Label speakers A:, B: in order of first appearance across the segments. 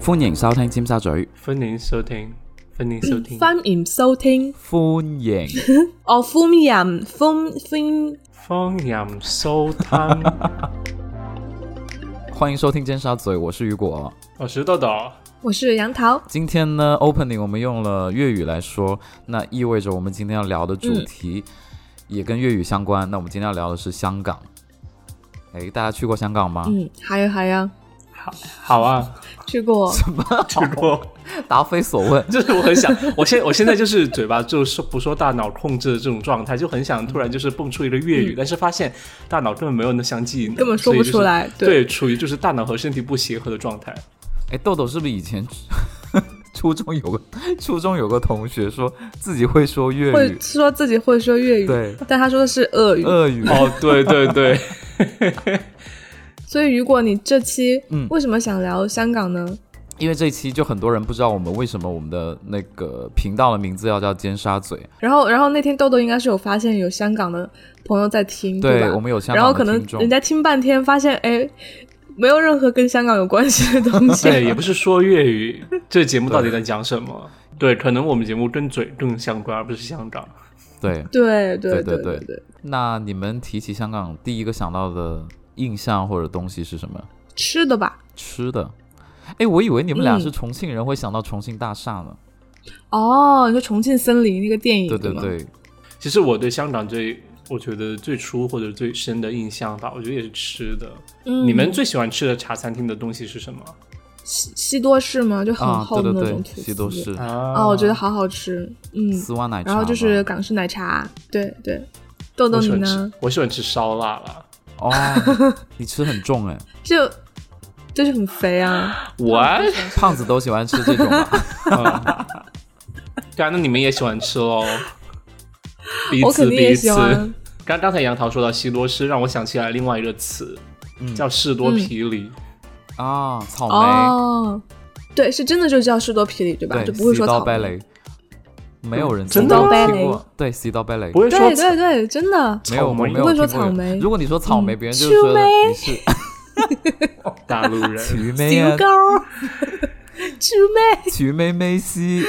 A: 歡迎收聽尖沙咀，
B: 歡迎收聽，歡迎收聽，
C: 歡迎收聽。
A: 歡迎
C: 我歡迎歡歡
B: 歡迎收 聽。
A: 歡迎收聽尖沙咀，我是雨果。
B: 我是豆豆，
C: 我是杨桃。
A: 今天呢，opening 我們用了粵語來說，那意味着我們今天要聊的主題也跟粵語相關。那我們今天要聊的是香港。誒，大家去過香港嗎？
C: 嗯，係啊係啊，
B: 好，好啊，
C: 去過。
B: 去
C: 啊
B: 過。
A: 答非所問。
B: 就是我很想，我现我现在就是嘴巴就是不说大脑控制的这种状态，就很想突然就是蹦出一个粤语，但是发现大脑根本没有那相记忆能，
C: 嗯根本说
B: 所
C: 不
B: 以就是
C: 出来对
B: 对，处于就是大脑和身体不协和的状 态。
A: 哎，豆豆是不是以前 初中有个初中有个同学说自己會說粵
C: 會
A: 語？
C: 說自己會說粵語，
A: 對，
C: 但他說的是俄語。
A: 俄語。
B: 哦，对对对，
C: 所以如果你這期
A: 嗯
C: 為什麼想聊香港呢？
A: 因為這一期就很多人不知道我們為什麼我們的那個頻道的名字要叫尖沙咀。
C: 然後然後那天豆豆應該是有發現有香港的朋友在聽，
A: 對
C: 對吧
A: 我們有香
C: 然後
A: 港
C: 可
A: 的
C: 能
A: 聽眾
C: 人，家聽半天发现，哎，沒有任何跟香港有關係的東 西。
B: 对，也不是说粤语，这节目到底在讲什么？对，可能我们节目跟嘴更相关，而不是香港。
A: 對，
C: 对
A: 對對
C: 对对
A: 對
C: 对，
A: 那你們提起香港，第一個想到的印象或者東西是什麼？
C: 吃的吧？
A: 吃的。哎，我以為你們倆
C: 嗯
A: 是重慶人，會想到重慶大廈呢。
C: 哦，你說《重慶森林》那個電影
A: 對對
C: 嗎？
A: 對，
B: 其实我对香港最，我觉得最初或者最深的印象吧，我觉得也是吃的。
C: 嗯
B: 你们最喜欢吃的茶餐厅的东西是什么
C: 西西多士吗？就很
A: 啊，
C: 厚
A: 對
C: 的
A: 對
C: 那种
A: 對，
C: 吐司。
A: 西多士、
B: 啊
C: 啊，我觉得好好吃，嗯。
A: 絲襪奶茶
C: 然
A: 嘛。
C: 後就是港式奶茶，对对。豆豆
B: 我喜
C: 你
B: 欢
C: 呢
B: 吃？，我喜欢吃烧腊啦。
A: 哦，你吃很重哎，
C: 就就是很肥啊，
B: What？
A: 胖子都喜歡吃這種吧。
B: 嗯对啊，那你们也喜欢吃喽？彼
C: 我
B: 此
C: 肯定也
B: 彼
C: 喜
B: 此。
C: 欢。
B: 刚刚才杨桃说到西多士，让我想起来另外一个词，
A: 嗯
B: 叫士多啤梨。
C: 嗯
A: 啊，草莓，
C: 哦，对，是真的就叫士多啤梨对吧？
A: 对，
C: 就不会说
A: 西刀
C: 草
A: 芭
C: 莓。
A: 蕾，没有人
B: 真
A: 听
B: 的
A: 过
C: 吗
A: 听过，对，西刀芭蕾
B: 不，会说
C: 对对对，真的。
A: 没有
B: 草
A: 我
B: 莓
A: 没
C: 不
A: 有
C: 会
A: 听过
C: 说草莓
A: 如果你说草莓，
C: 嗯
A: 别人就
C: 秋
A: 觉得
C: 莓
A: 你 是
B: 大陆人。
A: 曲妹
C: 小
A: 啊
C: 狗，猪妹，
A: 曲妹妹西，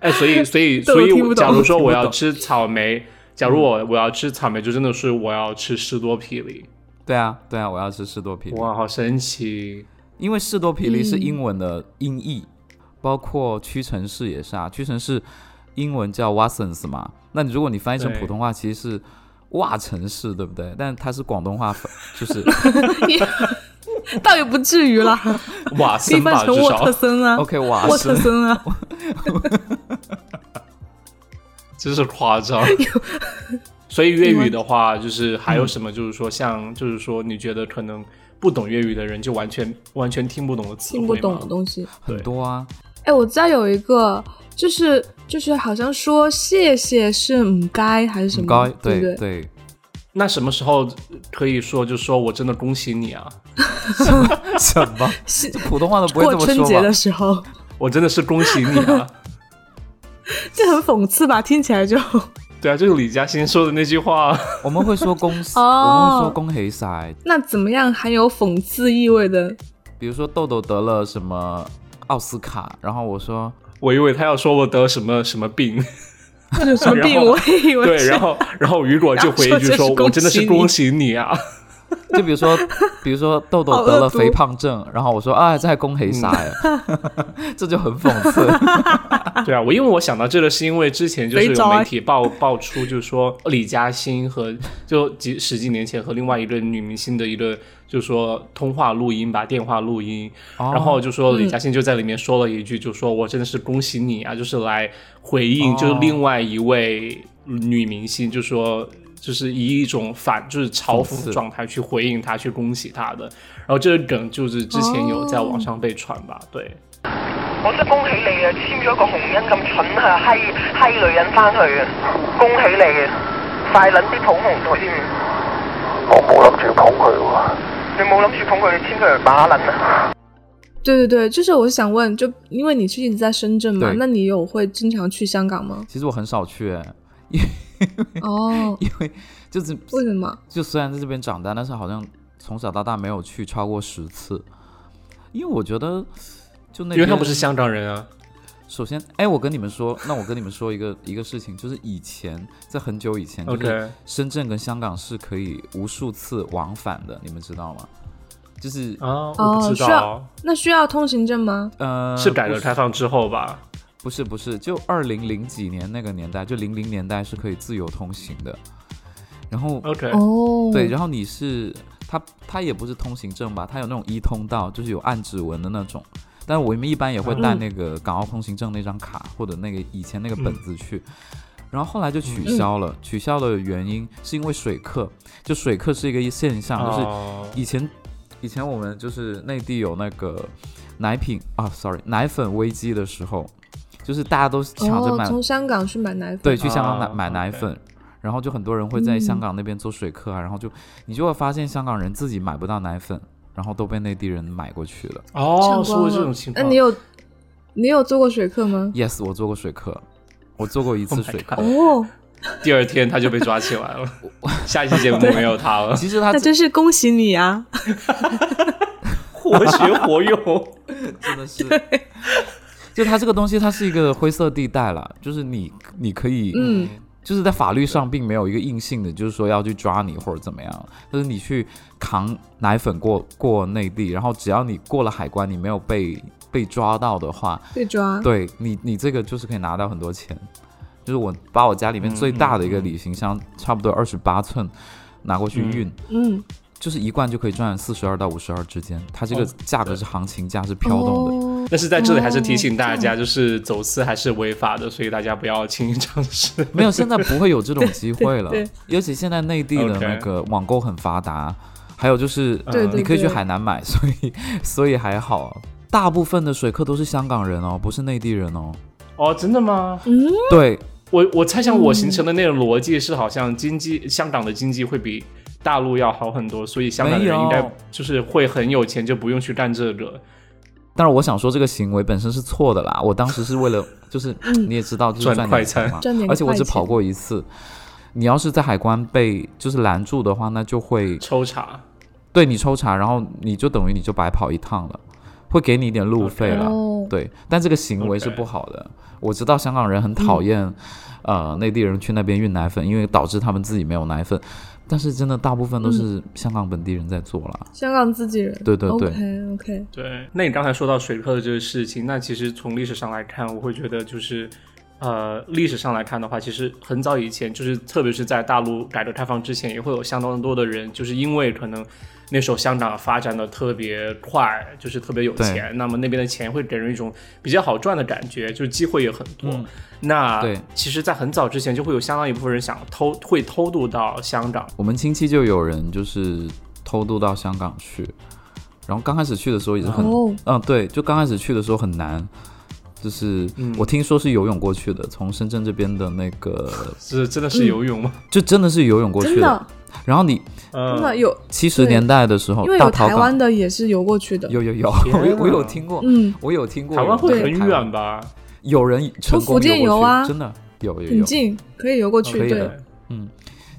B: 哎，所以所以
C: 这
B: 所
C: 我
B: 以
C: 听不，懂
B: 假如说我
A: 我
B: 要
A: 听不懂
B: 吃草莓，假如我我要吃草莓，就真的是我要吃士多啤梨。
A: 对啊对啊，我要吃士多啤梨，
B: 哇，好神奇！
A: 因为士多啤梨是
C: 嗯
A: 英文的音译，包括屈臣氏也是啊，屈臣氏英文叫 Watsons 嘛，那你如果你翻译成
B: 对
A: 普通话，其实是袜城市，对不对？但它是广东话 翻，就是
C: 你 倒也不至于啦，
B: 哇，
C: 可以
B: 森
C: 翻
B: 吧，
C: 成
B: 至
C: 沃
B: 少
C: 特森啊，
A: OK 瓦
C: 沃特
A: 城，
C: 森啊，
B: 真是夸 张。所以粤语的话，就是还
C: 嗯
B: 有什么，就是说像，就是说你觉得可能不懂粤语的人，就完全完全听不懂的词汇吗
C: 听不懂的东西。
A: 很多啊，
C: 哎，我知道有一个，就是就是好像说谢谢是唔该还是什
A: 很
C: 么，
A: 高，
C: 嗯对不
A: 对对，
B: 那什么时候可以说，就说我真的恭喜你啊，
A: 什么？
C: 是
A: 这普通话都不会
C: 过
A: 这么
C: 春节
A: 说吧
C: 的？时候，
B: 我真的是恭喜你 啊。
C: 这很讽刺吧？听起 来就
B: 对啊，就是李嘉欣说的那句话。
A: 我们会说恭喜，
C: 哦
A: 我们会说恭喜晒。
C: 那怎么样含有讽刺意味的？
A: 比如说豆豆得了什么奥斯卡，然后我说
B: 我以为他要说我得什么什么病，
C: 这有什么病？
B: 然后
C: 我 也以为
B: 对，
C: 是
B: 然后然后雨果就回一句
C: 然后
B: 说，
C: 说这是恭
B: 我
C: 喜你
B: 真的是恭喜你啊。
A: 就比如说，比如说豆豆得了肥胖症，然后我说啊，这还恭喜晒， 这就很讽刺。
B: 对啊，我因为我想到这个，是因为之前就是
C: 肥
B: 有
C: 宅
B: 媒体 爆爆出，就是说李嘉欣和就几十几年前和另外一个女明星的一个，就是说通话录音吧，电话录音，
A: 哦
B: 然后就说李嘉欣就在里面说了一句，就说我真的是恭喜你啊，就是来回应
A: 哦
B: 就是另外一位女明星，就说。就是以一种反，就是嘲
A: 讽
B: 讽
A: 刺
B: 的状态去回应她，去恭喜她的。然后这个梗就是之前有在网上被传吧，对。
D: 我真係恭喜你啊！簽咗個紅恩咁蠢啊，閪閪女人翻去啊！恭喜你啊！快撚啲捧紅佢添，
E: 我冇諗住捧佢喎。
D: 你冇諗住捧佢，你簽佢嚟把撚啊！
C: 对对对，就是我想问，就因为你是一直在深圳嘛，
A: 对
C: 那你有会经常去香
A: ？
C: 港吗
A: 其实我很少去，哎
C: 哦，
A: 因为就是
C: 为什么？
A: 就虽然在这边长大，但是好像从小到大没有去超过十次，因为我觉得就那
B: 因为他
A: 边
B: 不是香港人啊。
A: 首先，哎，我跟你们说，那我跟你们说一个一个事情，就是以前在很久以前，就是
B: OK，
A: 深圳跟香港是可以无数次往返的，你们知道吗？就是、
B: 啊，
C: 哦
B: 我不知
C: 是
B: 道
C: 啊，那需要通行证吗？
A: 呃，
B: 是改
A: 不
B: 革开放之后吧？
A: 不是不是，就二零零几年那个年代，就零零年代是可以自由通行的。然后
B: OK，
C: 哦，
A: 对，然后你是它它也不是通行证吧？它有那种一通道，就是有按指纹的那种。但我们一般也会带
C: 嗯
A: 那个港澳通行证那张卡或者那个以前那个本
B: 嗯
A: 子去。然后后来就取消了，取消的原因是因为水客，就水客是一个现象，就是
B: 哦
A: 以前以前我们就是内地有那个奶品啊，sorry，奶粉危机的时候，就是大家都抢着
C: 哦
A: 买，，
C: 从香港去买奶粉，
A: 对，去香港买、
B: 啊
A: 买奶
B: ，OK
A: 粉。然后就很多人会在
C: 嗯
A: 香港那边做水客啊，然后就你就会发现香港人自己买不到奶粉，然后都被内地人买过去了。
B: 哦，
C: 抢光
B: 所
C: 了
B: 以这种情
C: 那
B: 况，
C: 你有你有做过水客吗？
A: Yes，我做过水客，我做过一次
B: Oh my
A: 水 客。
C: 哦，
B: 第二天他就被抓起来 了。下一期节目没有他了，
A: 其实他
C: 那真是恭喜你啊！
B: 活学活用。
A: 真的是，就它这个东西，它是一个灰色地带了，就是你你可以，
C: 嗯，
A: 就是在法律上并没有一个硬性的，就是说要去抓你或者怎么样，但是你去扛奶粉过过内地，然后只要你过了海关，你没有被被抓到的话，
C: 被抓，
B: 嗯
A: 对你你这个就是可以拿到很多钱。就是我把我家里面最大的一个旅行箱，差不多二十八寸，拿过去
B: 嗯
A: 运，
C: 嗯，
A: 就是一罐就可以赚四十二到五十二之间，它这个
B: 哦
A: 价格是行情价，是飘动的。
C: 哦
B: 但是在这里还是提醒大家，就是走私还是违法的，所以大家不要轻易尝试。
A: 没有，现在不会有这种机会了
C: 对对。
A: 尤其现在内地的
B: OK
A: 那个网购很发达，还有就是
C: 对对
A: 你可以去
C: 对
A: 海南买，所以所以还好。大部分的水客都是香港人哦，不是内地人哦。
B: 哦，真的吗？
C: 嗯，
A: 对，
B: 我我猜想我形成的那个逻辑是，好像经济香港的经济会比大陆要好很多，所以香港的人
A: 没有
B: 应该就是会很有钱，就不用去干这个。
A: 但是我想说这个行为本身是错的啦。我当时是为 了，就是你也知道，就是
B: 赚
A: 赚
B: 快
A: 点钱
B: 餐
A: 嘛
C: 赚点，
A: 而且我只
C: 快钱
A: 跑过一次。你要是在海关被就是拦住的话，那就会
B: 抽查
A: 对你抽查，然后你就等于你就白跑一趟了，会给你一点路费了。
C: 哦
A: 对，但这个行为是
B: OK
A: 不好的。我知道香港人很讨
C: 嗯
A: 厌，呃，内地人去那边运奶粉，因为导致他们自己没有奶粉。但是真的，大部分
C: 嗯
A: 都是香港本地人在做啦。
C: 香港自己人，
A: 对对对
C: OK OK，
B: 对，那你刚才说到水客的这个事情，那其实从历史上来看，我会觉得就是，呃，历史上来看的话，其实很早以前，就是特别是在大陆改革开放之前，也会有相当多的人，就是因为可能那时候香港发展的特别快，就是特别有
A: 对
B: 钱，那么那边的钱会给人一种比较好赚的感觉，就机会也很多。
A: 嗯
B: 那
A: 对
B: 其实，在很早之前就会有相当一部分人想偷，会偷渡到香港。
A: 我们亲戚就有人就是偷渡到香港去，然后刚开始去的时候也是很，
C: 哦，
A: 嗯，对，就刚开始去的时候很难。就是
B: 嗯
A: 我听说是游泳过去的，从深圳这边的那个，
B: 是真的
A: 嗯
B: 是游泳吗？
A: 就真的是游泳过去
C: 真的
A: 然后你
B: 嗯
C: 真的有，
A: 七十
C: 对
A: 年代的时候
C: 因为
A: 到
C: 有
A: 淘
C: 台
A: 港
C: 湾的也是游过去的，
A: 有有有，
B: 天
A: 我有我有
B: 哪
A: 听过，
C: 嗯，
A: 我有听过
B: 台
A: 有
B: 湾
A: 人
B: 会
A: 在台
B: 很
A: 湾
B: 远吧？
A: 有人成
C: 从福
A: 功
C: 建
A: 游过去
C: 游啊
A: 真的有有
C: 很
A: 有，
C: 近，可以游过去，
A: 可以
C: 对
A: 的，嗯，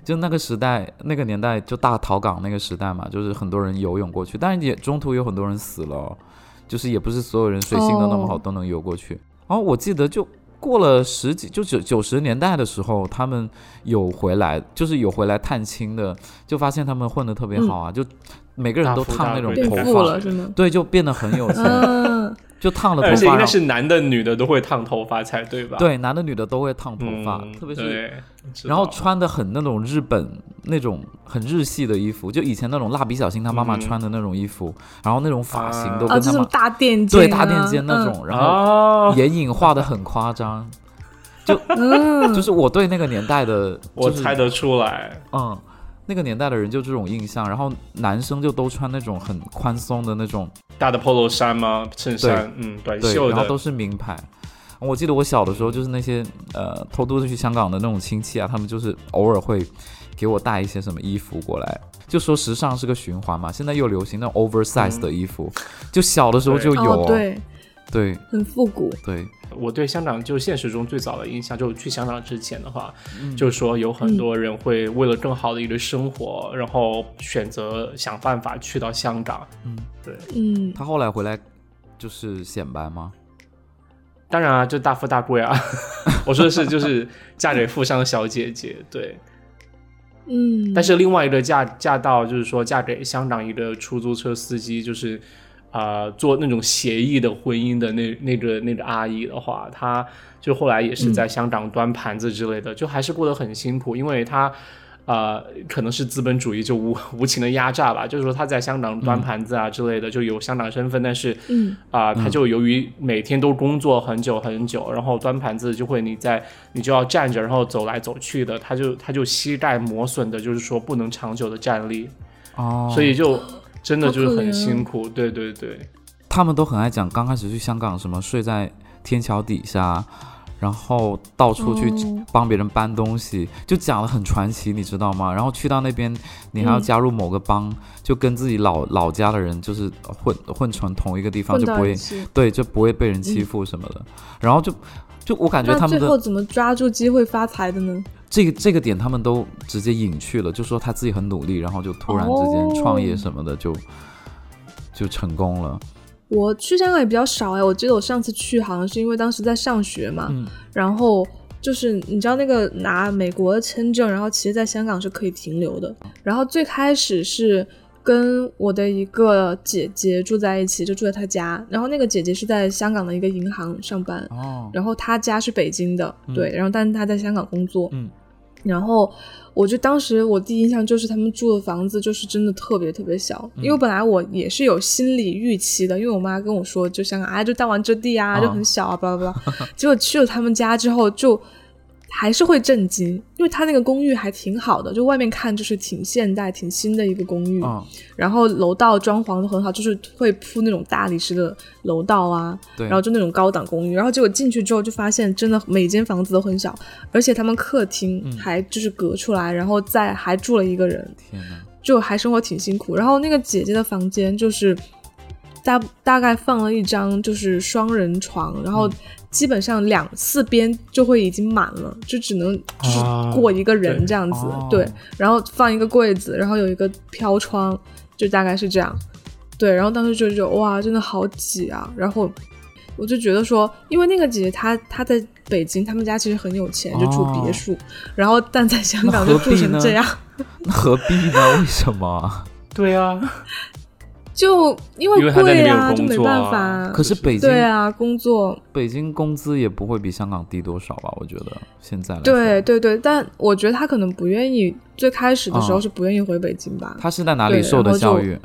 A: 就那个时代那个年代就大逃港那个时代嘛，就是很多人游泳过去，但是也中途有很多人死了哦、就是也不是所有人水性都那么好
C: 哦
A: 都能游过去。然后我记得就过了十几就九九十年代的时候，他们有回来，就是有回来探亲的，就发现他们混得特别好啊，就每个人
B: 大
A: 都
B: 富
A: 烫
B: 大
A: 那种
B: 贵
C: 变
A: 头
B: 感觉
C: 富
A: 发
C: 嗯了，是吗？
A: 对，就变得很有钱，
C: 嗯，
A: 就烫了头发，
B: 而且应该
A: 然后
B: 是男的女的都会烫头发才对吧？
A: 对，男的女的都会烫头
B: 嗯，
A: 发，特别是
B: 对，知
A: 然后
B: 道
A: 穿的很那种日本那种很日系的衣服，就以前那种蜡笔小新他妈妈
B: 嗯
A: 穿的那种衣服，然后那种发型都
C: 啊，
A: 跟
C: 这
A: 他
C: 种
A: 妈、
C: 大垫肩啊，
A: 对大垫肩那种，然后
B: 哦，
A: 眼影画的很夸张，
C: 嗯，嗯，
A: 就是我对那个年代的，
B: 我
A: 就是
B: 猜得出来，
A: 嗯。那个年代的人就这种印象，然后男生就都穿那种很宽松的那种，
B: 大的 polo 衫吗？衬衫，嗯，短
A: 对，
B: 袖
A: 然后
B: 的
A: 都，是名牌。我记得我小的时候，就是那些呃偷渡去香港的那种亲戚啊，他们就是偶尔会给我带一些什么衣服过来，就说时尚是个循环嘛。现在又流行那种 oversize 的衣服，就小的时候就有、
C: 哦，对，
A: 对
C: 很复古。
A: 对，
B: 我对香港就是现实中最早的印象，就是去香港之前的话，
A: 嗯
B: 就是说有很多人会为了更好的一个生活，然后选择想办法去到香港。
C: 嗯，
A: 他后来回来就是显摆吗？
B: 当然啊，就大富大贵啊！ 我说的是，就是嫁给富商小姐姐，对。
C: 嗯，
B: 但是另外一个嫁嫁到就是说嫁给香港一个出租车司机，就是啊、呃做那种协议的婚姻的那那个那个阿姨的话，她就后来也是在香港端盘子之类的，就还是过得很辛苦，因为她。呃，可能是资本主义就无无情的压榨吧，就是说她在香港端盘子啊之类的，就有香港身份，但是，
C: 嗯
B: 啊、他就由于每天都工作很久很久，然后端盘子就会你在你就要站着，然后走来走去的，他就他就膝盖磨损的，就是说不能长久的站立，
A: 哦
B: 所以就真的就是
C: 好可怜
B: 很辛苦。对对对，
A: 他们都很爱讲，刚开始去香港什么睡在天桥底下，然后到处去
C: 哦
A: 帮别人搬东西，就讲的很传奇，你知道吗？然后去到那边，你还要
C: 嗯
A: 加入某个帮，就跟自己老老家的人就是混混成同一个地方，
C: 混
A: 就不
C: 到
A: 会
C: 一起。嗯
A: 对就不会被人欺负什么的。然后就就我感觉他
C: 那
A: 们
C: 最
A: 的
C: 后怎么抓住机会发财的呢？
A: 这个这个点他们都直接隐去了，就说他自己很努力，然后就突然之间
C: 哦
A: 创业什么的就、就成功了。
C: 我去香港也比较少哎，我记得我上次去好像是因为当时在上学嘛，
A: 嗯
C: 然后就是你知道那个拿美国的签证，然后其实在香港是可以停留的。然后最开始是跟我的一个姐姐住在一起，就住在她家，然后那个姐姐是在香港的一个银行上班，
A: 哦，
C: 然后他家是北京的，对，然后但是他在香港工作，
A: 嗯，
C: 然后我就当时我第一印象就是他们住的房子就是真的特别特别小，
A: 嗯
C: 因为本来我也是有心理预期的，因为我妈跟我说就香港啊就弹丸之地啊
A: 啊
C: 就很小啊，巴拉巴拉， 结果去了他们家之后就。还是会震惊，因为他那个公寓还挺好的，就外面看就是挺现代、挺新的一个公寓。
A: 嗯，
C: 然后楼道装潢都很好，就是会铺那种大理石的楼道啊，
A: 对
C: 然后就那种高档公寓，然后结果进去之后就发现，真的每间房子都很小，而且他们客厅还就是隔出来，然后再还住了一个人，
A: 天哪！
C: 就还生活挺辛苦。然后那个姐姐的房间就是大大概放了一张就是双人床，
A: 嗯
C: 然后基本上两四边就会已经满了，就只能就是
B: 啊
C: 过一个人
B: 对
C: 这样子，
A: 哦
C: 对。然后放一个柜子，然后有一个飘窗，就大概是这样。对，然后当时就觉得哇，真的好挤啊！然后我就觉得说，因为那个姐姐她她在北京，他们家其实很有钱，就住别
A: 哦
C: 墅，然后但在香
A: 那
C: 港
A: 何
C: 就住
A: 必
C: 成
A: 呢
C: 这样。
A: 那何必呢？ 为什么？
B: 对啊，
C: 就因
B: 因
C: 为
B: 为他在那
C: 贵
B: 边
C: 啊，
B: 有
C: 就
B: 工
C: 没
B: 作
C: 办
B: 啊
C: 法、啊。
A: 可是北京
C: 对啊，工作，
A: 北京工资也不会比香港低多少吧？我觉得现在来说
C: 对，对对，但我觉得他可能不愿意，最开始的时候
A: 啊
C: 是不愿意回北京吧。
A: 他是在哪里
C: 对
A: 受的
C: 然后就
A: 教育？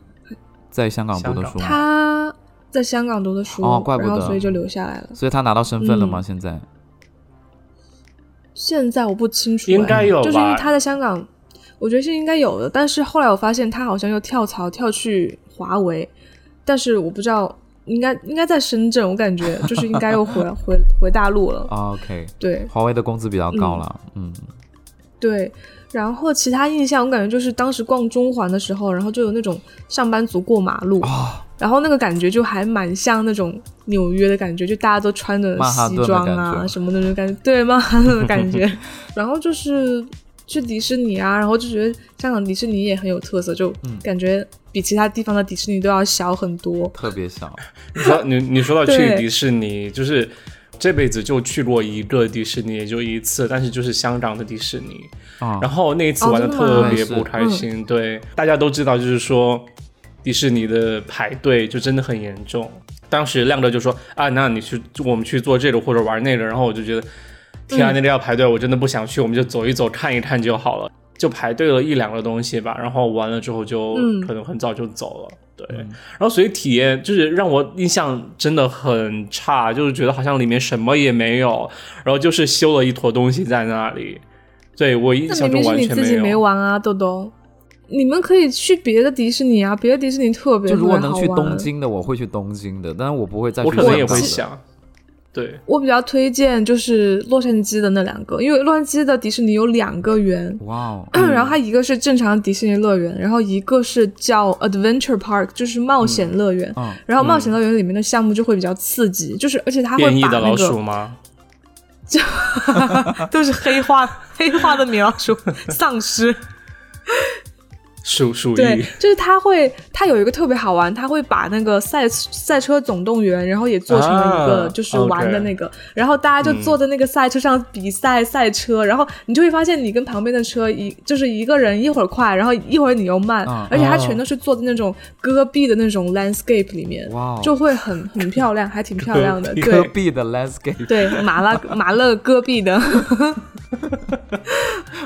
A: 在香港读的书吗，
C: 他在香港读的书，
A: 哦怪不
C: 然后
A: 得
C: 所以就留下来了。
A: 所以他拿到身份了吗？
C: 嗯
A: 现在
C: 现在我不清楚哎，
B: 应该有
C: 就是因为
B: 吧？
C: 他在香港，我觉得是应该有的。但是后来我发现他好像又跳槽跳去华为，但是我不知道，应该应该在深圳，我感觉就是应该又回 回回大陆了。
A: 啊，OK，
C: 对，
A: 华为的工资比较高了，嗯，
C: 对，然后其他印象我感觉就是当时逛中环的时候，然后就有那种上班族过马路，
A: 啊
C: 然后那个感觉就还蛮像那种纽约的感觉，就大家都穿着
A: 曼哈
C: 西
A: 顿的
C: 装
A: 感
C: 啊
A: 觉
C: 什么的那种感觉，对，曼哈顿的感觉。 然后就是去迪士尼啊，然后就觉得香港迪士尼也很有特色，就
A: 嗯
C: 感觉比其他地方的迪士尼都要小很多。
A: 特别小，
B: 你说你你说到去
C: 对
B: 迪士尼，就是这辈子就去过一个迪士尼，也就一次，但是就是香港的迪士尼。
A: 啊
B: 然后那一次
C: 哦
B: 玩的
C: 真的吗嗯
B: 特别不开心，对，大家都知道，就是说迪士尼的排队就真的很严重。当时亮哥就说啊，那你去我们去做这个或者玩那个，然后我就觉得天啊，那个要排队，我真的不想去，我们就走一走看一看就好了。就排队了一两个东西吧，然后完了之后就
C: 嗯
B: 可能很早就走了，对。然后所以体验就是让我印象真的很差，就是觉得好像里面什么也没有，然后就是修了一坨东西在那里。对我印
C: 那
B: 象中
C: 明明是
B: 完
C: 你
B: 全
C: 自己
B: 有。
C: 没玩啊，豆豆。你们可以去别的迪士尼啊，别的迪士尼特别
A: 就
C: 特
A: 如
C: 别
A: 果
C: 好
A: 能
C: 玩。
A: 去东京的，我会去东京的，但是我不会再
B: 我
A: 去
B: 可
A: 香
B: 能
A: 港。
B: 也会想，对，
C: 我比较推荐就是洛杉矶的那两个，因为洛杉矶的迪士尼有两个园，
A: 哇哦，
C: 然后它一个是正常迪士尼乐园，然后一个是叫 Adventure Park，就是冒险乐园。
A: 嗯，
C: 然后冒险乐园里面的项目就会比较刺激，就是而且它会
B: 变异
C: 把
B: 的
C: 那
B: 老鼠
C: 个
B: 吗？
C: 都是黑化黑化的米老鼠、 丧尸，
B: 鼠鼠
C: 对
B: 疫，，
C: 就是它会它有一个特别好玩，它会把那个赛赛车总动员，然后也做成了一个
B: 啊
C: 就是玩的
B: OK
C: 那个，然后大家就坐在那个赛车上比赛赛车，然后你就会发现你跟旁边的车一就是一个人一会儿快，然后一会儿你又慢，
A: 啊
C: 而且它
B: 啊
C: 全都是坐在那种戈壁的那种 landscape 里面，
A: 哇哦，
C: 就会很很漂亮，还挺漂亮的，
B: 戈壁
C: 对
A: 戈。壁的 landscape，
C: 对，马拉马勒戈壁的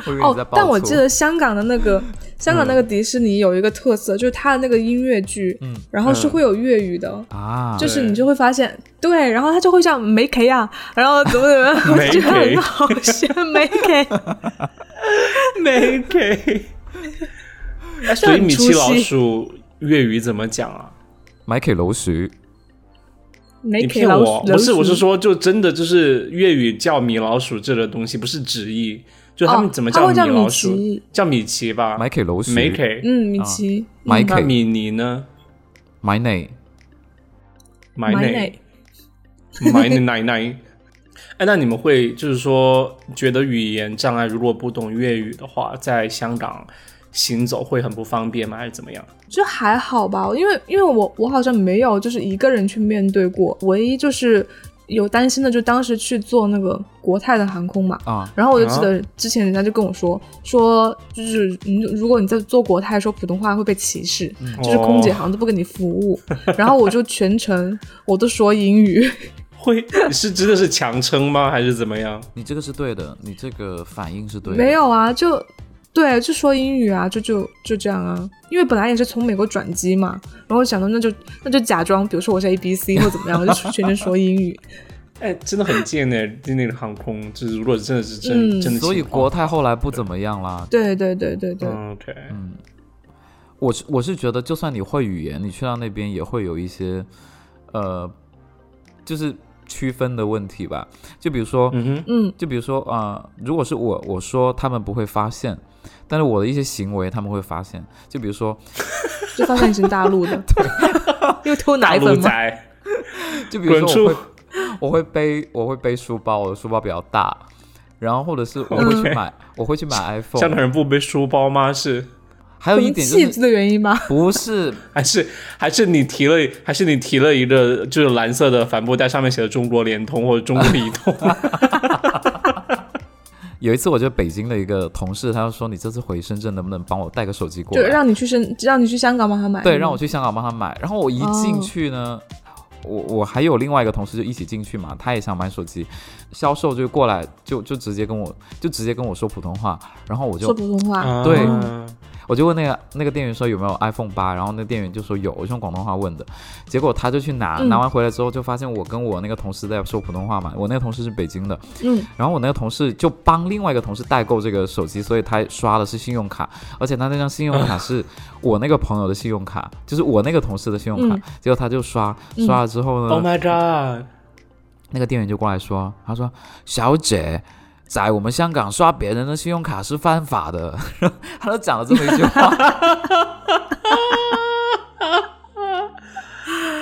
A: 我以为你在
C: 哦，
A: 爆
C: 但我
A: 粗
C: 记得香港的那 个香港那个迪士尼有一个特色，就是它的那个音乐剧，
A: 嗯
C: 然后是
B: 嗯嗯
C: 会有粤语的，
A: 啊，
C: 就是
B: 对
C: 你就会发现，对，然后他就会像没 K 啊，然后怎么怎么 样，我
B: 没
C: 觉得
B: K
C: 很好笑，没 K，
B: 没给。哎 所以米奇老鼠粤语怎么讲啊？
A: 买给楼徐
C: 没
B: 你
C: K
B: 骗
C: 老
B: 我
C: 鼠，，
B: 不是，我是
C: 老鼠，
B: 说，就真的就是粤语叫米老鼠这个东西，不是直译，就他们
C: 哦
B: 怎么
C: 他会
B: 米
C: 叫米
B: 老鼠？
C: 奇
B: 叫米奇吧，
A: 买给楼徐
B: 没给。
C: 嗯，米奇，
A: 买
C: 嗯
B: 那
A: 给
B: 米妮呢？
A: 买哪？
B: 买
C: 买
B: 奶
C: 奶，
B: 买 奶奶奶。哎，那你们会就是说，觉得语言障碍如果不懂粤语的话，在香港行走会很不方便吗？还是怎么样？
C: 就还好吧，因为因为我我好像没有就是一个人去面对过，唯一就是有担心的，就当时去坐那个国泰的航空嘛，
A: 啊，
C: 然后我就记得之前人家就跟我说说，就是你如果你在做国泰说普通话会被歧视，
A: 嗯
C: 就是空姐
B: 哦
C: 好像都不给你服务。
A: 哦
C: 然后我就全程我都说英语，
B: 会 是真的是强撑吗？还是怎么样？
A: 你这个是对的，你这个反应是对的。
C: 没有啊，就对，就说英语啊，就就就这样啊。因为本来也是从美国转机嘛，然后想到那就那就假装，比如说我是 A B C 或怎么样，我就全程说英语。
B: 哎，真的很贱呢、就那个航空，就是如果真的是真、真的
C: 嗯
B: 情况，
A: 所以国泰后来不怎么样啦。
C: 对对对对对，
B: 嗯 OK，
A: 我是我是觉得，就算你会语言，你去到那边也会有一些，呃，就是区分的问题吧。就比如说，
B: 嗯哼，
C: 嗯
A: 就比如说啊、呃如果是我我说他们不会发现，但是我的一些行为他们会发现。就比如说，
C: 就发现你是大 陆的， 又偷
B: 大
C: 奶
B: 陆
C: 粉嘛，
B: 仔，
A: 就比如说我
B: 滚
A: 会我会背我会背书包，我的书包比较大，然后或者是我会
C: 嗯
A: 去买、我会去买
B: 香港
A: iPhone。
B: 人不背书包吗？是
A: 还有一点
C: 气
A: 就
C: 质
A: 是
C: 的原因吗？
A: 不是
B: 还是还是你提了还是你提了一个就是蓝色的帆布袋，上面写的中国联通或者中国移动？
C: 啊
A: 有一次，我觉得北京的一个同事，他就说：“你这次回深圳能不能帮我带个手机过
C: 就
A: 来
C: 让你去深，让你去香港帮他买？”。
A: 对，让我。去香港帮他买。然后我一进
C: 哦
A: 去呢，我我还有另外一个同事就一起进去嘛，他也想买手机，销售就过来就就直接跟我就直接跟我说普通话，然后我
C: 说
A: 就
C: 普通话，
A: 对
B: 啊
A: 我就问那个那个店员说有没有 iPhone 八，然后那店员就说有，我是用广东话问的，结果他就去拿，
C: 嗯
A: 拿完回来之后就发现我跟我那个同事在说普通话嘛，我那个同事是北京的，
C: 嗯，
A: 然后我那个同事就帮另外一个同事代购这个手机，所以他刷的是信用卡，而且他那张信用卡是我那个朋友的信用卡，就是我那个同事的信用卡
C: 嗯。
A: 结果他就刷
C: 嗯
A: 刷了之后
B: ，Oh
A: 呢，
B: my god，
A: 那个店员就过来说，他说：“小姐，在我们香港刷别人的信用卡是犯法的。” 他都讲了这么一句话，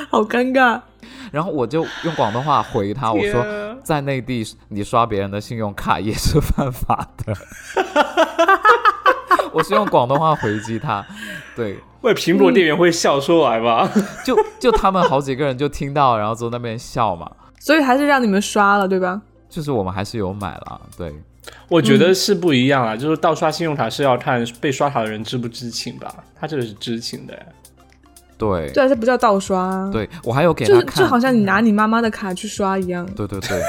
C: 好尴尬。
A: 然后我就用广东话回他，我说
B: 天：“啊
A: 在内地你刷别人的信用卡也是犯法的。” 我是用广东话回击他，对。
B: 喂，苹果店员会笑出来吧？
A: 就就他们好几个人就听到，然后坐那边笑嘛。
C: 所以还是让你们刷了，对吧？
A: 就是我们还是有买了，对，
B: 我觉得是不一样啊，就是盗刷信用卡是要看被刷卡的人知不知情吧，他这个是知情的。
A: 对，
C: 对啊，这不叫盗刷啊，
A: 对我还有给
C: 就
A: 他
C: 是
A: 看，
C: 就好像你拿你妈妈的卡去刷一样。
A: 对对对，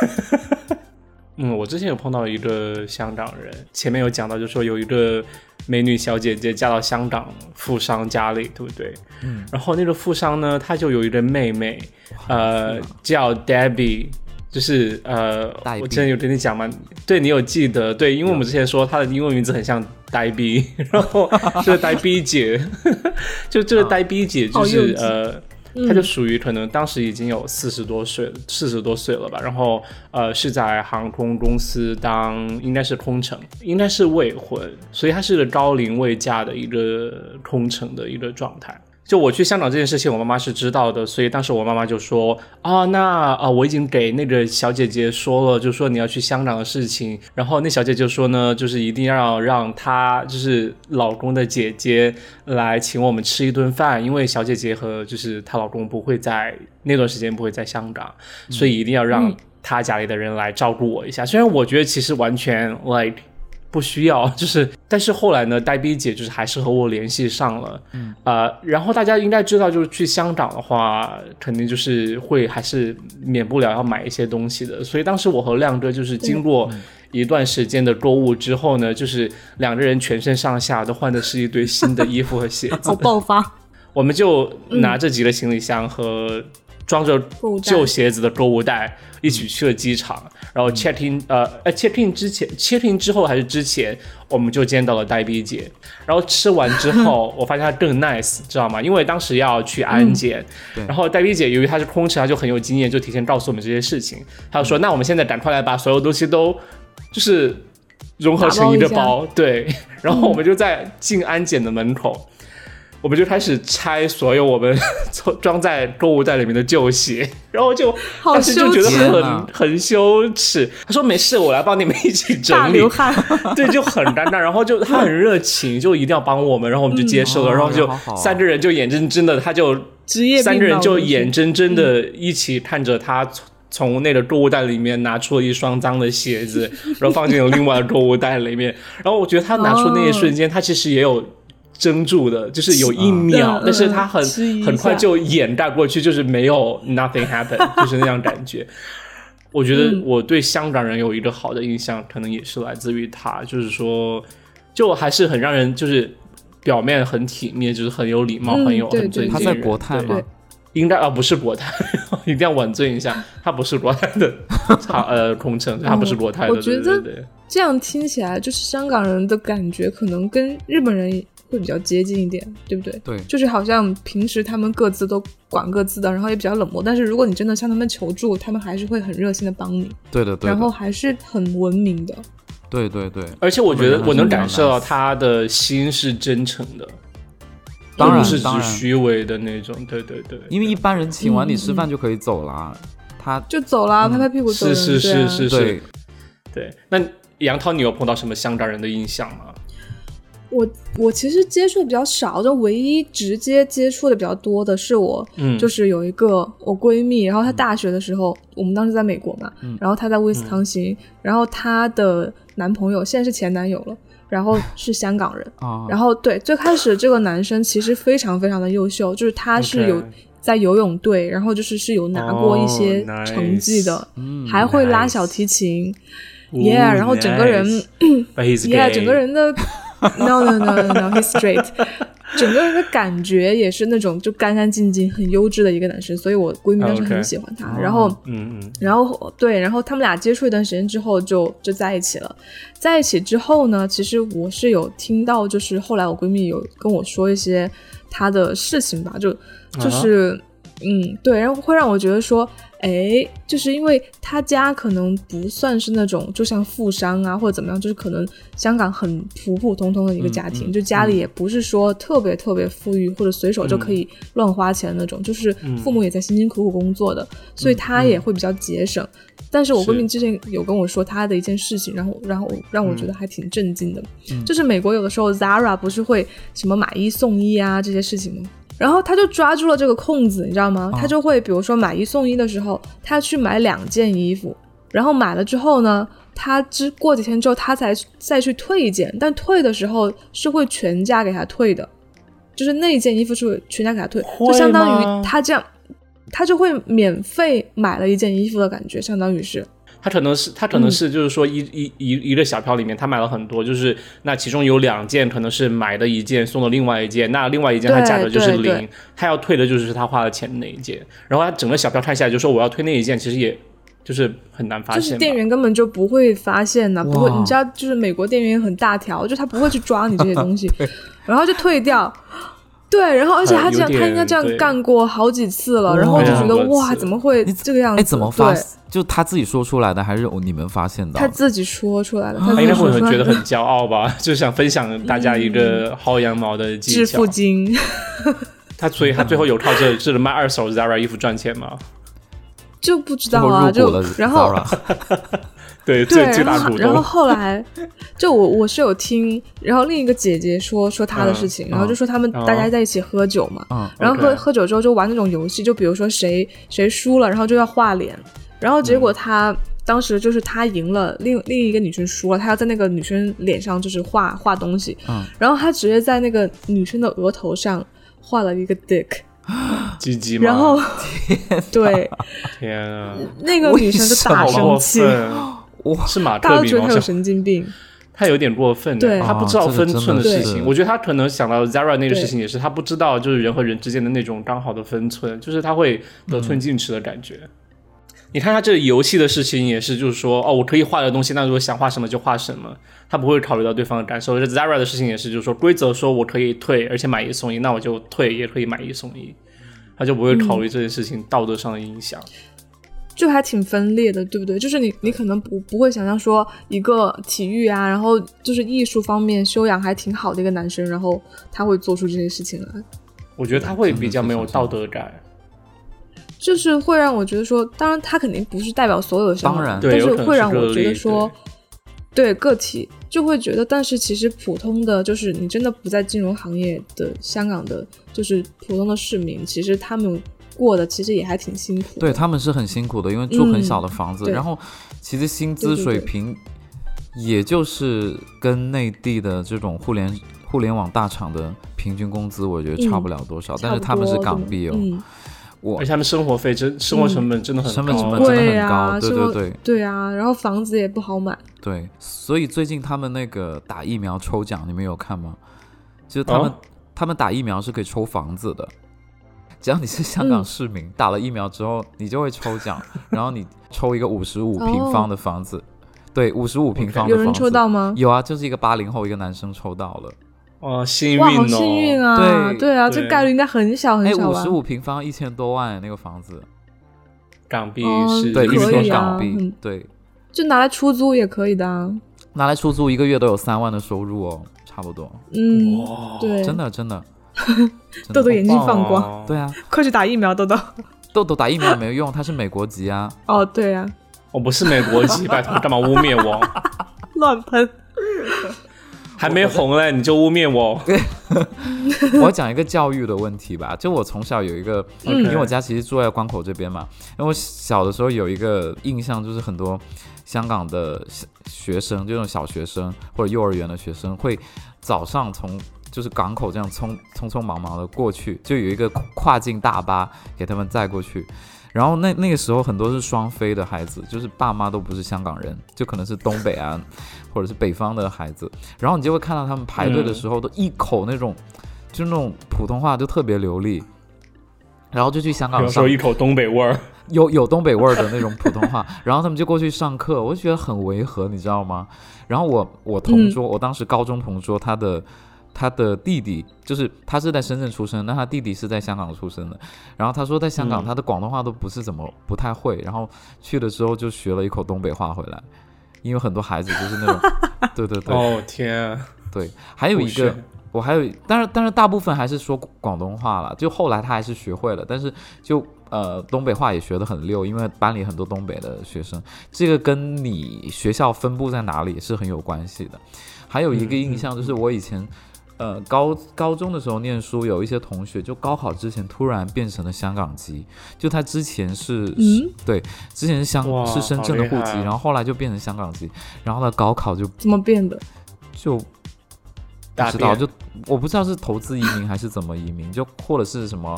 B: 嗯，我之前有碰到一个香港人，前面有讲到，就说有一个美女小姐姐嫁到香港富商家里，对不对？嗯。然后那个富商呢，他就有一个妹妹，呃，叫 Debbie。就是呃
A: 黛，
B: 我
A: 碧
B: 之前有跟你讲嘛，对你有记得对，因为我们之前说她的英文名字很像呆 逼，然后这个呆逼姐，就这个呆逼姐就
C: 好幼
B: 是
C: 稚
B: 呃，他就属于可能当时已经有四十多岁，四十多岁了吧，然后呃是在航空公司当应该是空乘，应该是未婚，所以他是个高龄未嫁的一个空乘的一个状态。就我去香港这件事情，我妈妈是知道的，所以当时我妈妈就说啊，那啊我已经给那个小姐姐说了，就说你要去香港的事情，然后那小姐就说呢，就是一定要让她就是老公的姐姐来请我们吃一顿饭，因为小姐姐和就是她老公不会在那段时间不会在香港，所以一定要让她家里的人来照顾我一下。虽然我觉得其实完全 like。不需要，就是，但是后来呢，呆逼姐就是还是和我联系上了，嗯，呃，然后大家应该知道，就是去香港的话，肯定就是会还是免不了要买一些东西的，所以当时我和亮哥就是经过一段时间的购物之后呢，就是两个人全身上下都换的是一堆新的衣服和鞋子
F: 好，爆 发，
B: 我们就拿着几个行李箱和装着
C: 物袋
B: 旧鞋子的购物袋一起去了机场，然后 check in，呃，呃 check in 之前，check in 之后还是之前，我们就见到了呆逼姐，然后吃完之后，我发现她更 nice，知道吗？因为当时要去安检，
A: 对
B: 然后呆逼姐由于她是空乘，她就很有经验，就提前告诉我们这些事情，她就说：“那我们现在赶快来把所有东西都就是融合成一个
C: 打
B: 包，对。”然后我们就在进安检的门口。我们就开始拆所有我们 从装在购物袋里面的旧鞋， 然后就
C: 好
B: 当时就觉得
A: 羞耻天
B: 很
A: 哪
B: 很羞耻。他说没事，我来帮你们一起
F: 大
B: 整理
F: 流。 汗，
B: 对，就很尴尬。然后就他很热情，就一定要帮我们，然后我们就接受了。
A: 哦
B: 然后就
A: 好好
B: 三个人就眼睁睁的，他就
C: 职业病
B: 三个人就眼睁
C: 睛，
B: 睁的一起看着
C: 嗯
B: 他从从那个购物袋里面拿出了一双脏的鞋 子，然后放进了另外的购物袋里面。然后我觉得他拿出那一瞬间，他其实也有。怔住的，就是有一秒，
C: 嗯
B: 但是他很
C: 迟疑一下
B: 很快就掩盖过去，就是没有 nothing happen，就是那样感觉。我觉得
C: 嗯
B: 我对香港人有一个好的印象，可能也是来自于他，就是说，就还是很让人就是表面很体面，就是很有礼貌，
C: 嗯
B: 很有
C: 对
B: 很尊
C: 对
B: 敬
A: 他
B: 人。
A: 在国泰
B: 对
A: 吗
C: 对？
B: 应该啊，不是国泰， 一定要婉正一下，他不是国泰 的，他呃空乘，他不是国泰的，
C: 哦我觉
B: 对
C: 得
B: 对对，
C: 这样听起来就是香港人的感觉，可能跟日本人会比较接近一点，对不对？
A: 对
C: 就是好像平时他们各自都管各自的，然后也比较冷漠，但是如果你真的向他们求助，他们还是会很热心的帮你，
A: 对的，对
C: 然后
A: 的，
C: 还是很文明的。
A: 对对对，
B: 而且我觉得
A: 嗯
B: 我能感受到他的心是真诚的，
A: 当然
B: 而不是
A: 当
B: 只
A: 然
B: 虚伪的那种，对对对，
A: 因为一般人请完
C: 嗯
A: 你
C: 嗯
A: 吃饭就可以走了，他
C: 就走
B: 嗯
C: 啦，拍拍屁股走
B: 是是
C: 人。对
B: 是
C: 啊
B: 是
A: 对
B: 是，对。那杨涛，你有碰到什么香港人的印象吗？
C: 我我其实接触的比较少，就唯一直接接触的比较多的是我，
B: 嗯
C: 就是有一个我闺蜜，然后她大学的时候，我们当时在美国嘛，
A: 嗯
C: 然后她在威斯康星，然后她的男朋友现在是前男友了，然后是香港人，
A: 啊，
C: 然后对，最开始这个男生其实非常非常的优秀，就是他是有
B: OK
C: 在游泳队，然后就是是有拿过一些
B: 哦
C: 成绩的
B: nice
A: 嗯
C: 还会拉小提琴。Yeah，然后整个人
B: But he's
C: Yeah，
B: gay
C: 整个人 的 No No No No No，He's straight，整 个人的感觉也是那种就干干净净、很优质的一个男生，所以我闺蜜当时
B: 啊 OK
C: 很喜欢他。然后，
B: 嗯嗯
C: 然后对，然后他们俩接触一段时间之后就就在一起了。在一起之后呢，其实我是有听到，就是后来我闺蜜有跟我说一些她的事情吧，就
A: 啊
C: 就是、嗯，对，然后会让我觉得说，哎，就是因为她家可能不算是那种就像富商啊或者怎么样，就是可能香港很普普通通的一个家庭，
A: 嗯嗯
C: 就家里也不是说特别特别富裕或者随
A: 嗯
C: 手就可以乱花钱的那种，就是父母也在辛辛苦苦工作的，所以她也会比较节省。但是我闺蜜
B: 是
C: 之前有跟我说她的一件事情，然后然后让我觉得还挺震惊的，
A: 嗯
C: 就是美国有的时候 Zara 不是会什么买一送一啊这些事情吗？然后她就抓住了这个空子，你知道吗？她就会比如说买一送一的时候，她去买两件衣服，然后买了之后呢，她之过几天之后她才再去退一件，但退的时候是会全价给她退的，就是那一件衣服是会全价给她退，
B: 会
C: 就相当
B: 吗
C: 于她这样。她就会免费买了一件衣服的感觉，相当于是，
B: 他可能是他
C: 嗯
B: 可能是就是说一、一一一个小票里面他买了很多，就是那其中有两件可能是买的一件送了另外一件，那另外一件他
C: 对
B: 价格就是
C: 对对
B: 零，他要退的就是他花了钱的那一件，然后他整个小票看下来就说我要退那一件，其实也就是很难发
C: 就
B: 现
C: 是
B: 吧。
C: 店员根本就不会发现呐、不会，
A: 哇
C: 你知道， 就是美国店员也很大条，就他不会去抓你这些东西，然后就退掉。对，然后而且他这样，
B: 呃有点
C: 他应该这样
B: 对
C: 干过好几次了，然后
A: 哇
C: 我就觉得
B: 很多
C: 哇，
B: 次
C: 怎么会
A: 你
C: 这个样子？
A: 哎，怎么发
C: 对？
A: 就他自己说出来的，还是你们发现的？
C: 他自己说出来了，他
B: 他
C: 自
B: 应
C: 己
B: 该会
C: 说
B: 很
C: 出来
B: 觉得
C: 的
B: 很骄傲吧， 就想分享大家一个薅羊毛的技
C: 致
B: 巧
C: 富。经。
B: 他所以他最后有靠这这卖二手 Zara 衣服赚钱吗？
C: 就不知
A: 最
C: 道
A: 后
C: 啊，
A: 入
C: 就
A: 股了
C: 然后
A: Zara
B: 对，
C: 对，
B: 最最
C: 然
B: 大
C: 后
B: 股
C: 然后
B: 东。
C: 后来，就我我是有听，然后另一个姐姐说说她的事情，
B: 嗯
C: 然后就说他们
B: 嗯
C: 大家在一起喝酒嘛，
A: 嗯
C: 然后喝
B: OK
C: 喝酒之后就玩那种游戏，就比如说谁谁输了，然后就要画脸，然后结
B: 嗯
C: 果她当时就是她赢了，另另一个女生输了，她要在那个女生脸上就是画画东西，
A: 嗯
C: 然后她直接在那个女生的额头上画了一个 dick，
B: 鸡鸡吗？
C: 然后 对
B: 天啊，
C: 那个女生就大
A: 为什么
B: 好过
C: 生气。
B: 分！
A: 哇
B: 是马
C: 大家
B: 特
C: 都
B: 笔
C: 觉得
B: 吗？
C: 他有
B: 我想
C: 神经病，
B: 他有点过分欸，
C: 对
B: 他不知道分寸
A: 哦
B: 的
A: 这个
C: 真
B: 事
C: 的
A: 是
B: 情。我觉得他可能想到 Zara 那个
C: 对
B: 事情，也是他不知道，就是人和人之间的那种刚好的分寸，就是他会得寸进尺的感觉。
A: 嗯
B: 你看他这个游戏的事情也是，就是说，哦，我可以画的东西，那如果想画什么就画什么，他不会考虑到对方的感受。这 Zara 的事情也是，就是说，规则说我可以退，而且买一送一，那我就退，也可以买一送一，他就不会考虑这件事情道德上的影响。
C: 就还挺分裂的，对不对？就是你，你可能不不会想象说一个体育啊，然后就是艺术方面修养还挺好的一个男生，然后他会做出这些事情来，
B: 我觉得他会比较没有道德感。
C: 嗯就是会让我觉得说，当然他肯定不是代表所有香港人，
A: 当
B: 然
C: 但
B: 对有可能
C: 会
B: 是
C: 让
B: 个
C: 我觉
B: 例
C: 得说，对个体就会觉得，但是其实普通的就是你真的不在金融行业的香港的，就是普通的市民，其实他们过得其实也还挺辛苦的，
A: 对他们是很辛苦的，因为住很小的房子，
C: 嗯对
A: 然后其实薪资水平也就是跟内地的这种互联互联网大厂的平均工资，我觉得差不了多少。但是他们是港币哦，
C: 嗯，
A: 我
B: 而且他们生活费真生活成本真的很高，
A: 生活成本真的很
C: 贵啊，
A: 高对
C: 是吗
A: 对对
C: 啊，然后房子也不好买，
A: 对，所以最近他们那个打疫苗抽奖，你们有看吗？就是他们、
B: 哦
A: 他们打疫苗是可以抽房子的，只要你是香港市民，
C: 嗯
A: 打了疫苗之后你就会抽 奖，然后你抽一个五十五平方的房子，对，五十五平方的
C: 哦有
A: 房子。
C: 人抽到吗？
A: 有啊，就是一个八零后一个男生抽到了，
B: 哇，幸运哦！
C: 哇，好幸运啊！
A: 对
C: 啊，
B: 对
C: 这概率应该很小很
A: 哎，
C: 小
A: 五
C: 哦吧
A: 十？五平方一千多万那个房子，
B: 港币
C: 哦
B: 是
A: 对，
B: 一
A: 一
C: 可
A: 千
C: 以啊
A: 港币，
C: 嗯
A: 对，
C: 就拿来出租也可以的啊。
A: 拿来出租一个月都有三万的收入哦，差不多，
C: 嗯，
B: 哇，
C: 对，
A: 真的真 的，真的
C: 豆豆眼睛
B: 好棒
C: 放
B: 哦
C: 光，，
A: 对啊，
C: 快去打疫苗，豆豆。
A: 豆豆打疫苗没有用，他是美国籍啊，
C: 哦，对啊，
B: 我不是美国籍，拜托，干嘛污蔑 我？
C: 乱喷。
B: 还没红嘞，你就污蔑我？
A: 我要讲一个教育的问题吧，就我从小有一个，
B: 嗯
A: 因为我家其实住在关口这边嘛，然后我小的时候有一个印象，就是很多香港的小学生，就那种小学生或者幼儿园的学生，会早上从就是港口这样匆匆匆忙忙的过去，就有一个跨境大巴给他们载过去。然后那那个时候很多是双非的孩子，就是爸妈都不是香港人，就可能是东北啊，或者是北方的孩子。然后你就会看到他们排队的时候都一口那种，就那种普通话就特别流利，然后就去香港
B: 有时候
A: 上
B: 一口东北味儿，
A: 有有东北味儿的那种普通话， 然后他们就过去上课，我就觉得很违和，你知道吗？然后我我同
B: 嗯
A: 桌，我当时高中同桌，他的他的弟弟就是他是在深圳出生，那他弟弟是在香港出生的，然后他说在香港
B: 嗯
A: 他的广东话都不是怎么不太会，然后去了之后就学了一口东北话回来，因为很多孩子就是那 种，对对对、
B: 哦天啊，
A: 对，还有一
B: 不
A: 个
B: 是。
A: 我还有，但是但是大部分还是说广东话了，就后来他还是学会了，但是就呃东北话也学得很溜，因为班里很多东北的学生，这个跟你学校分布在哪里是很有关系的。还有一个印象就是我以前。呃，高高中的时候念书，有一些同学就高考之前突然变成了香港籍，就他之前是，
C: 嗯
A: 对，之前是香
B: 哇
A: 是深圳的户
B: 好厉
A: 籍，
B: 害啊
A: 然后后来就变成香港籍，然后呢高考就
C: 怎么变的？
A: 就不
B: 大
A: 知道，
B: 便
A: 就我不知道是投资移民还是怎么移民， 就或者是什么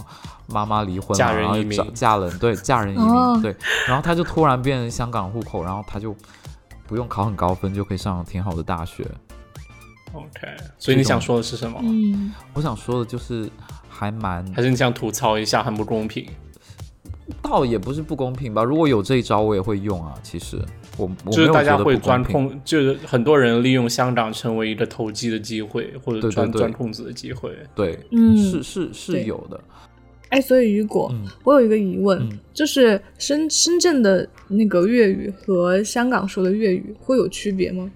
A: 妈妈离婚、啊，
B: 嫁人
A: 然后
B: 移民
A: 找嫁人对嫁人移民、
C: 哦
A: 对，然后他就突然变成香港户口，然后他就不用考很高分就可以上挺好的大学。
B: OK，所以你想说的是什么？
C: 嗯，
A: 我想说的就是还蛮
B: 还是你想吐槽一下很不公平？
A: 倒也不是不公平吧。如果有这一招，我也会用啊。其实我我没
B: 就是
A: 有
B: 大
A: 觉
B: 家
A: 得
B: 会
A: 不
B: 钻
A: 公平。
B: 空，就是很多人利用香港成为一个投机的机会，或
A: 对
B: 者
A: 对哦
B: 钻
A: 对
B: 钻空子的机会。
A: 对，
C: 嗯
A: 是是是
C: 对
A: 有的。
C: 哎，所以雨果，
A: 嗯
C: 我有一个疑问，
A: 嗯
C: 就是深深圳的那个粤语和香港说的粤语会有区别吗？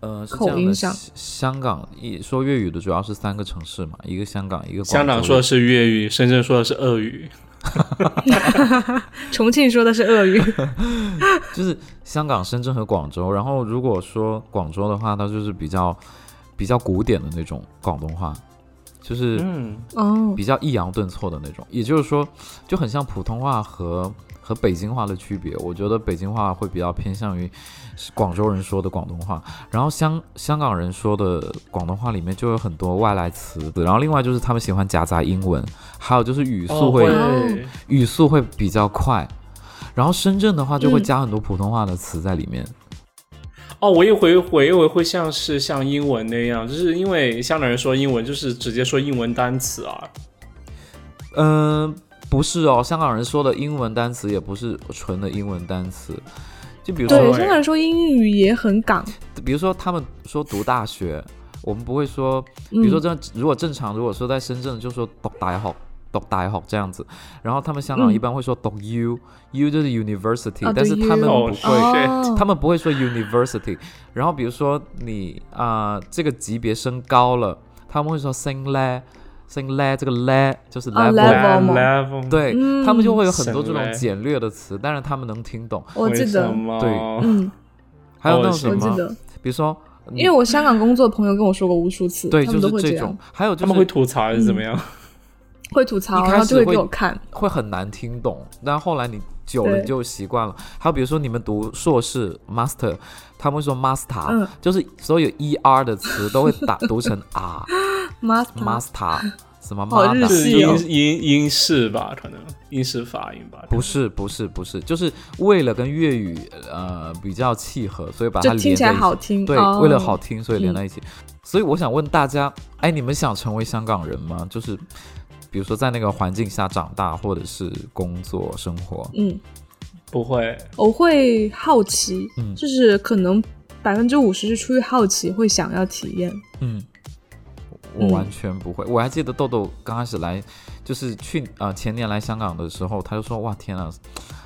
A: 呃，是
C: 口
A: 这样
C: 音
A: 的，
C: 上
A: 香香港一说粤语的主要是三个城市嘛，一个香港，一个广
B: 香港
A: 州
B: 说的是粤语，深圳说的是俄语。
C: 重庆说的是粤语，
A: 就是香港、深圳和广州。然后如果说广州的话，它就是比较比较古典的那种广东话，就是
B: 嗯，
C: 哦，
A: 比较抑扬顿挫的那种。也就是说，就很像普通话和和北京话的区别。我觉得北京话会比较偏向于是广州人说的广东话，然后香香港人说的广东话里面就有很多外来词。然后另外就是他们喜欢夹杂英文，还有就是语速会、
B: 哦
C: 哦
B: 会
A: 语速会比较快。然后深圳的话就会
C: 嗯
A: 加很多普通话的词在里面，
B: 哦，我一回我以为会像是像英文那样，就是因为香港人说英文就是直接说英文单词啊。
A: 嗯，不是哦，香港人说的英文单词也不是纯的英文单词，就比如
C: 对，
A: 说，
C: 香港人说英语也很港，
A: 比如说他们说读大学，我们不会说，
C: 嗯
A: 比如说这如果正常，如果说在深圳就说读大学。读大学这样子，然后他们香港
C: 嗯
A: 一般会说读 U，U、就是 university，、
C: 啊
A: 但是
C: 读
A: 他们
C: U
A: 不
B: 哦
A: 会，
B: 对
C: 哦，
A: 他们不会说 university。然后比如说你啊、这个级别升高了，他们会说升嘞，升嘞，这个嘞就是
C: 啊
A: level，、
C: level 吗
B: level
A: 对、
C: 嗯
A: 他们就会有很多这
B: 省
A: 种
B: 略
A: 简略的词，但是他们能听懂。
C: 我记得，
A: 对
B: 对，
C: 嗯，
A: 还有那种
B: 哦
A: 什
C: 我记
A: 么，
C: 得，
A: 比如说，
C: 因为我香港工作的朋友跟我说过无数次，
A: 对，
C: 他
A: 就
C: 们都会
A: 是
C: 这
A: 这
C: 样
A: 种，，还有就
B: 他们会
A: 是
B: 吐槽还是怎么样？
C: 会吐槽，
A: 一开
C: 然后就
A: 始
C: 给
A: 会
C: 我看，
A: 会很难听懂，但后来你久了
C: 对
A: 你就习惯了。还有比如说你们读硕士 master，他们会说 master，、
C: 嗯
A: 就是所有 er 的词都会打读成啊 r
C: 妈
A: master 什么
C: 好嗯哦日
A: mother
B: 是
C: 嗯是
B: 英
C: 有
B: 英英式吧，可能英式发音吧。
A: 不是不是不是，就是为了跟粤语呃比较契合，所以把它
C: 就
A: 连在
C: 听
A: 一
C: 起来
A: 起。
C: 好听，
A: 对，
C: 哦
A: 为了好，听，所以连
C: 嗯
A: 在一起。所以我想问大家，哎，你们想成为香港人吗？就是比如说在那个环境下长大，或者是工作生活，
C: 嗯，
B: 不会，
C: 我会好奇，
A: 嗯
C: 就是可能百分之五十是出于好奇，会想要体验。
A: 嗯，我
C: 嗯
A: 完全不会。我还记得豆豆刚开始来，就是去呃前年来香港的时候，他就说：“哇，天啊，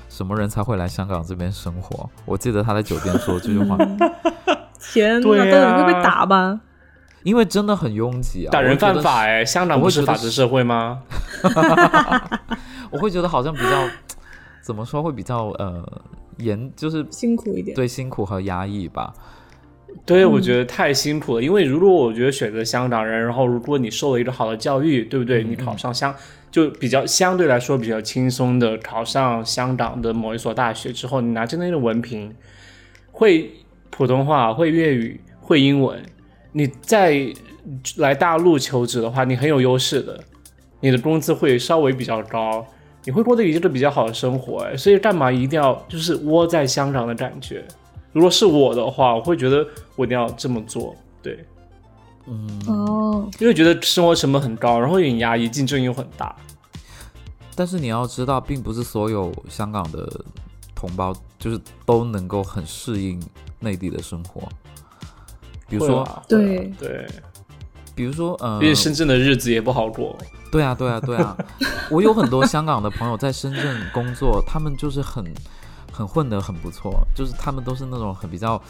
A: 什么人才会来香港这边生活？”我记得他在酒店说这句话，
C: 天呐，
B: 对
C: 豆豆
B: 啊
C: 你会被打吧？
A: 因为真的很拥挤啊，
B: 打
A: 我
B: 人
A: 会觉
B: 犯
A: 得
B: 法哎，香港
A: 我
B: 不
A: 会
B: 是
A: 觉得
B: 法治社会吗？
A: 我会觉得好像比较怎么说会比较呃严，就是
C: 辛苦一点，
A: 对辛苦和压抑吧。
B: 对，我觉得太辛苦了。因为如果我觉得选择香港人，然后如果你受了一个好的教育，对不对？你考上香就比较相对来说比较轻松的考上香港的某一所大学之后，你拿着那个文凭，会普通话，会粤语，会英文，你再来大陆求职的话，你很有优势的，你的工资会稍微比较高。你会过得一个比较好的生活，哎所以干嘛一定要就是窝在香港的感觉？如果是我的话，我会觉得我一定要这么做，对，
C: 哦，
B: 因为觉得生活成本很高，然后也很压抑，竞争又很大。
A: 但是你要知道，并不是所有香港的同胞就是都能够很适应内地的生活。比
B: 比
A: 如说，
C: 对
B: 对，
A: 比如说，呃
B: 啊因，为深圳的日子也不好过，
A: 对啊，对啊，对 啊，我有很多香港的朋友在深圳工作，他们就是很很混得很不错，就是他们都是那种很比较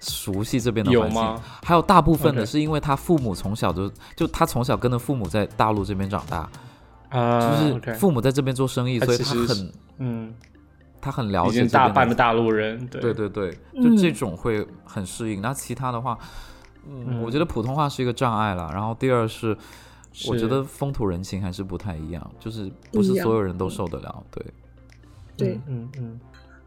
A: 熟悉这边的
B: 有
A: 环境
B: 吗。
A: 还有大部分的
B: OK
A: 是因为他父母从小就就他从小跟着父母在大陆这边长大，
B: 啊，
A: 就是父母在这边做生意，
B: 他
A: 所以
B: 其
A: 他
B: 实是
A: 很
B: 嗯，
A: 他很了
B: 已
A: 解
B: 经
A: 这
B: 大
A: 边
B: 半
A: 的
B: 个大陆人，对
A: 对对对，
C: 嗯
A: 就这种会很适应。那其他的话，嗯，我觉得普通话是一个障碍啦。然后第二是，我觉
B: 是
A: 得风土人情还是不太一样，就是
C: 不
A: 不
C: 一
A: 是
C: 样
A: 所有人都受得了。对，
C: 对
B: 嗯嗯，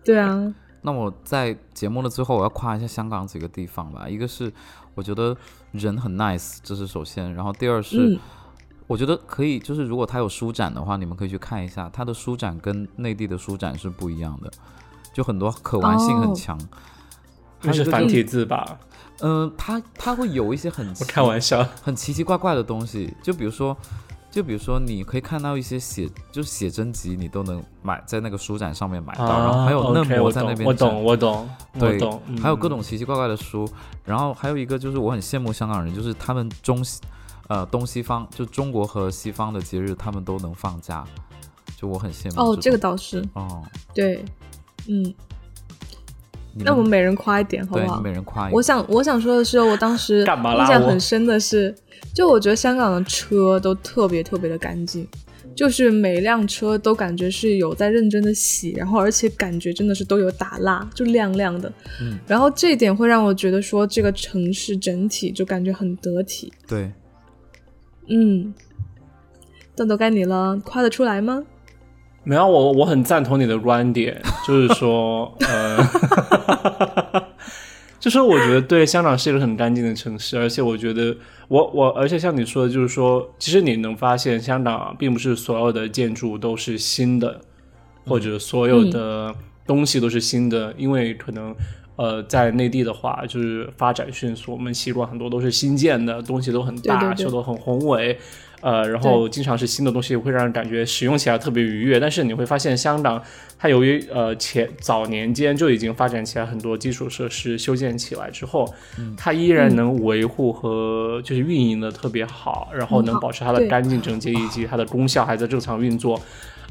C: 对啊，
A: 那我在节目的最后，我要夸一下香港几个地方吧。一个是我觉得人很 nice，这是首先。然后第二是，
C: 嗯
A: 我觉得可以，就是如果它有书展的话，你们可以去看一下，它的书展跟内地的书展是不一样的，就很多可玩性
C: 哦
A: 很强。还
B: 那
A: 有
B: 是
A: 一个
B: 繁
A: 就
B: 体字吧？
A: 嗯，它它会有一些很
B: 我
A: 奇
B: 开玩笑，
A: 很奇奇怪怪的东西，就比如说，就比如说你可以看到一些写就是写真集，你都能买在那个书展上面买到，然后还有嫩模在那边
B: 啊我
A: 展
B: 懂，我懂，我
A: 对
B: 懂，嗯
A: 还有各种奇奇怪怪的书，然后还有一个就是我很羡慕香港人，就是他们中西呃东西方就中国和西方的节日他们都能放假，就我很羡慕
C: 哦，
A: 种
C: 这个倒是
A: 哦，
C: 对，嗯，
A: 你
C: 那我们每人夸一点好
A: 对
C: 不
A: 你
C: 好
A: 每？人夸一个
C: 我想我想说的是，我当时
B: 干嘛拉
C: 印象
B: 我
C: 很深的是，就我觉得香港的车都特别特别的干净，就是每一辆车都感觉是有在认真的洗，然后而且感觉真的是都有打蜡，就亮亮的。
A: 嗯
C: 然后这一点会让我觉得说这个城市整体就感觉很得体。
A: 对，
C: 嗯，豆豆该你了，夸得出来吗？
B: 没有，我我很赞同你的观点，就是 说，呃，就是我觉得对香港是一个很干净的城市，而且我觉得我我而且像你说的，就是说，其实你能发现香港并不是所有的建筑都是新的，或者所有的东西都是新的，因为可能。呃，在内地的话，就是发展迅速，我们习惯很多都是新建的东西都很大，
C: 对对对
B: 修得很宏伟，呃，然后经常是新的东西会让人感觉使用起来特别愉悦，但是你会发现香港它由于呃前早年间就已经发展起来很多基础设施修建起来之后，
C: 嗯
B: 它依然能维护和就是运营的特别好，然后
C: 很
B: 能
C: 好
B: 保持它的
C: 对
B: 干净整洁以及它的功效还在正常运作，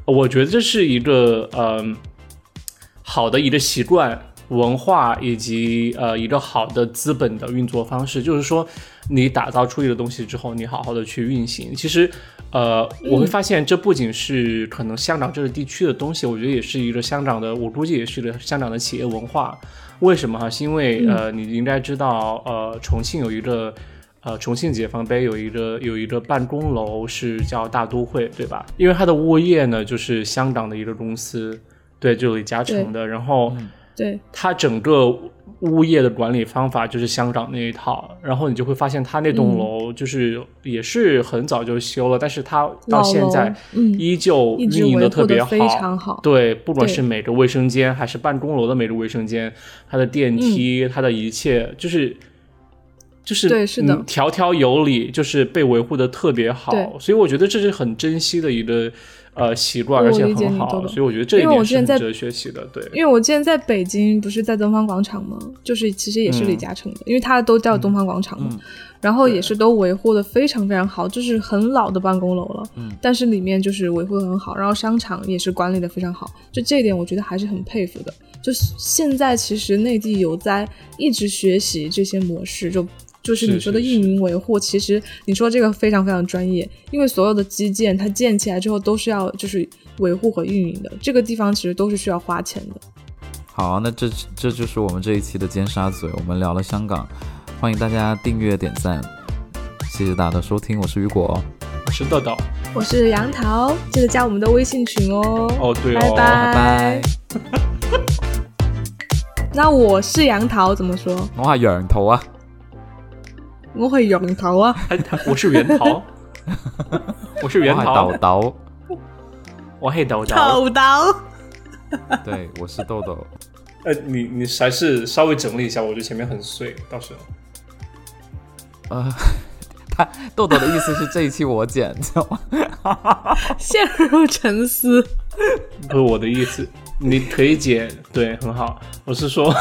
B: 我觉得这是一个嗯、好的一个习惯、文化以及呃一个好的资本的运作方式，就是说你打造出一个东西之后，你好好的去运行。其实，呃，我会发现这不仅是可能香港这个地区的东西，我觉得也是一个香港的，我估计也是一个香港的企业文化。为什么哈？是因为
C: 嗯
B: 呃，你应该知道，呃，重庆有一个。呃，重庆解放碑有一个有一个办公楼是叫大都会，对吧？因为它的物业呢，就是香港的一个公司，对，就李嘉诚的。然后
C: 对，
B: 它整个物业的管理方法就是香港那一套，然后你就会发现它那栋
C: 嗯
B: 楼就是也是很早就修了，但是它到
C: 老
B: 现
C: 楼
B: 在
C: 嗯
B: 依旧
C: 一直
B: 运营
C: 维
B: 的
C: 护
B: 特别
C: 得
B: 好，
C: 非常好
B: 对，不管
C: 对
B: 是每个卫生间还是办公楼的每个卫生间，它的
C: 嗯
B: 电梯，它的一切就是。就是
C: 对是的
B: 嗯条条有理，就是被维护的特别好
C: 对，
B: 所以我觉得这是很珍惜的一个呃习惯，
C: 我
B: 而且
C: 理解
B: 很
C: 你豆
B: 好，
C: 豆
B: 所以我觉得这一
C: 因为
B: 点
C: 我之
B: 是很
C: 前
B: 值
C: 在
B: 得学习的。对，
C: 因为我之前在北京不是在东方广场吗？就是其实也是李嘉诚的，因为它都叫东方广场嘛，
A: 嗯
C: 然后也是都维护的非常非常好，就是很老的办公楼了，
A: 嗯
C: 但是里面就是维护的很好，然后商场也是管理的非常好，就这一点我觉得还是很佩服的。就是现在其实内地有在一直学习这些模式，就。就是你
B: 是
C: 说的
B: 是
C: 运营维护，其实你说这个非常非常专业，因为所有的基建它建起来之后都是要就是维护和运营的，这个地方其实都是需要花钱的。
A: 好，那这这就是我们这一期的尖沙咀，我们聊了香港，欢迎大家订阅点赞，谢谢大家的收听，我是雨果哦。
B: 我是豆豆。
C: 我是杨桃，记得加我们的微信群哦。
B: 哦对哦
C: 拜
A: 拜拜，
C: 那我是杨桃，怎么说？
A: 我係羊頭啊。
C: 我会杨桃啊。
B: 哎，他我是袁桃，我是袁
A: 我
B: 桃
A: 係，豆
B: 我黑豆豆。
C: 豆，
A: 豆，对，我是豆豆。
B: 呃，你你还是稍微整理一下，我觉得前面很碎，到时候。
A: 呃， 他豆豆的意思是这一期我剪，知道吗？
C: 陷入沉思。
B: 不是我的意思，你可以解，对，很好。我是说，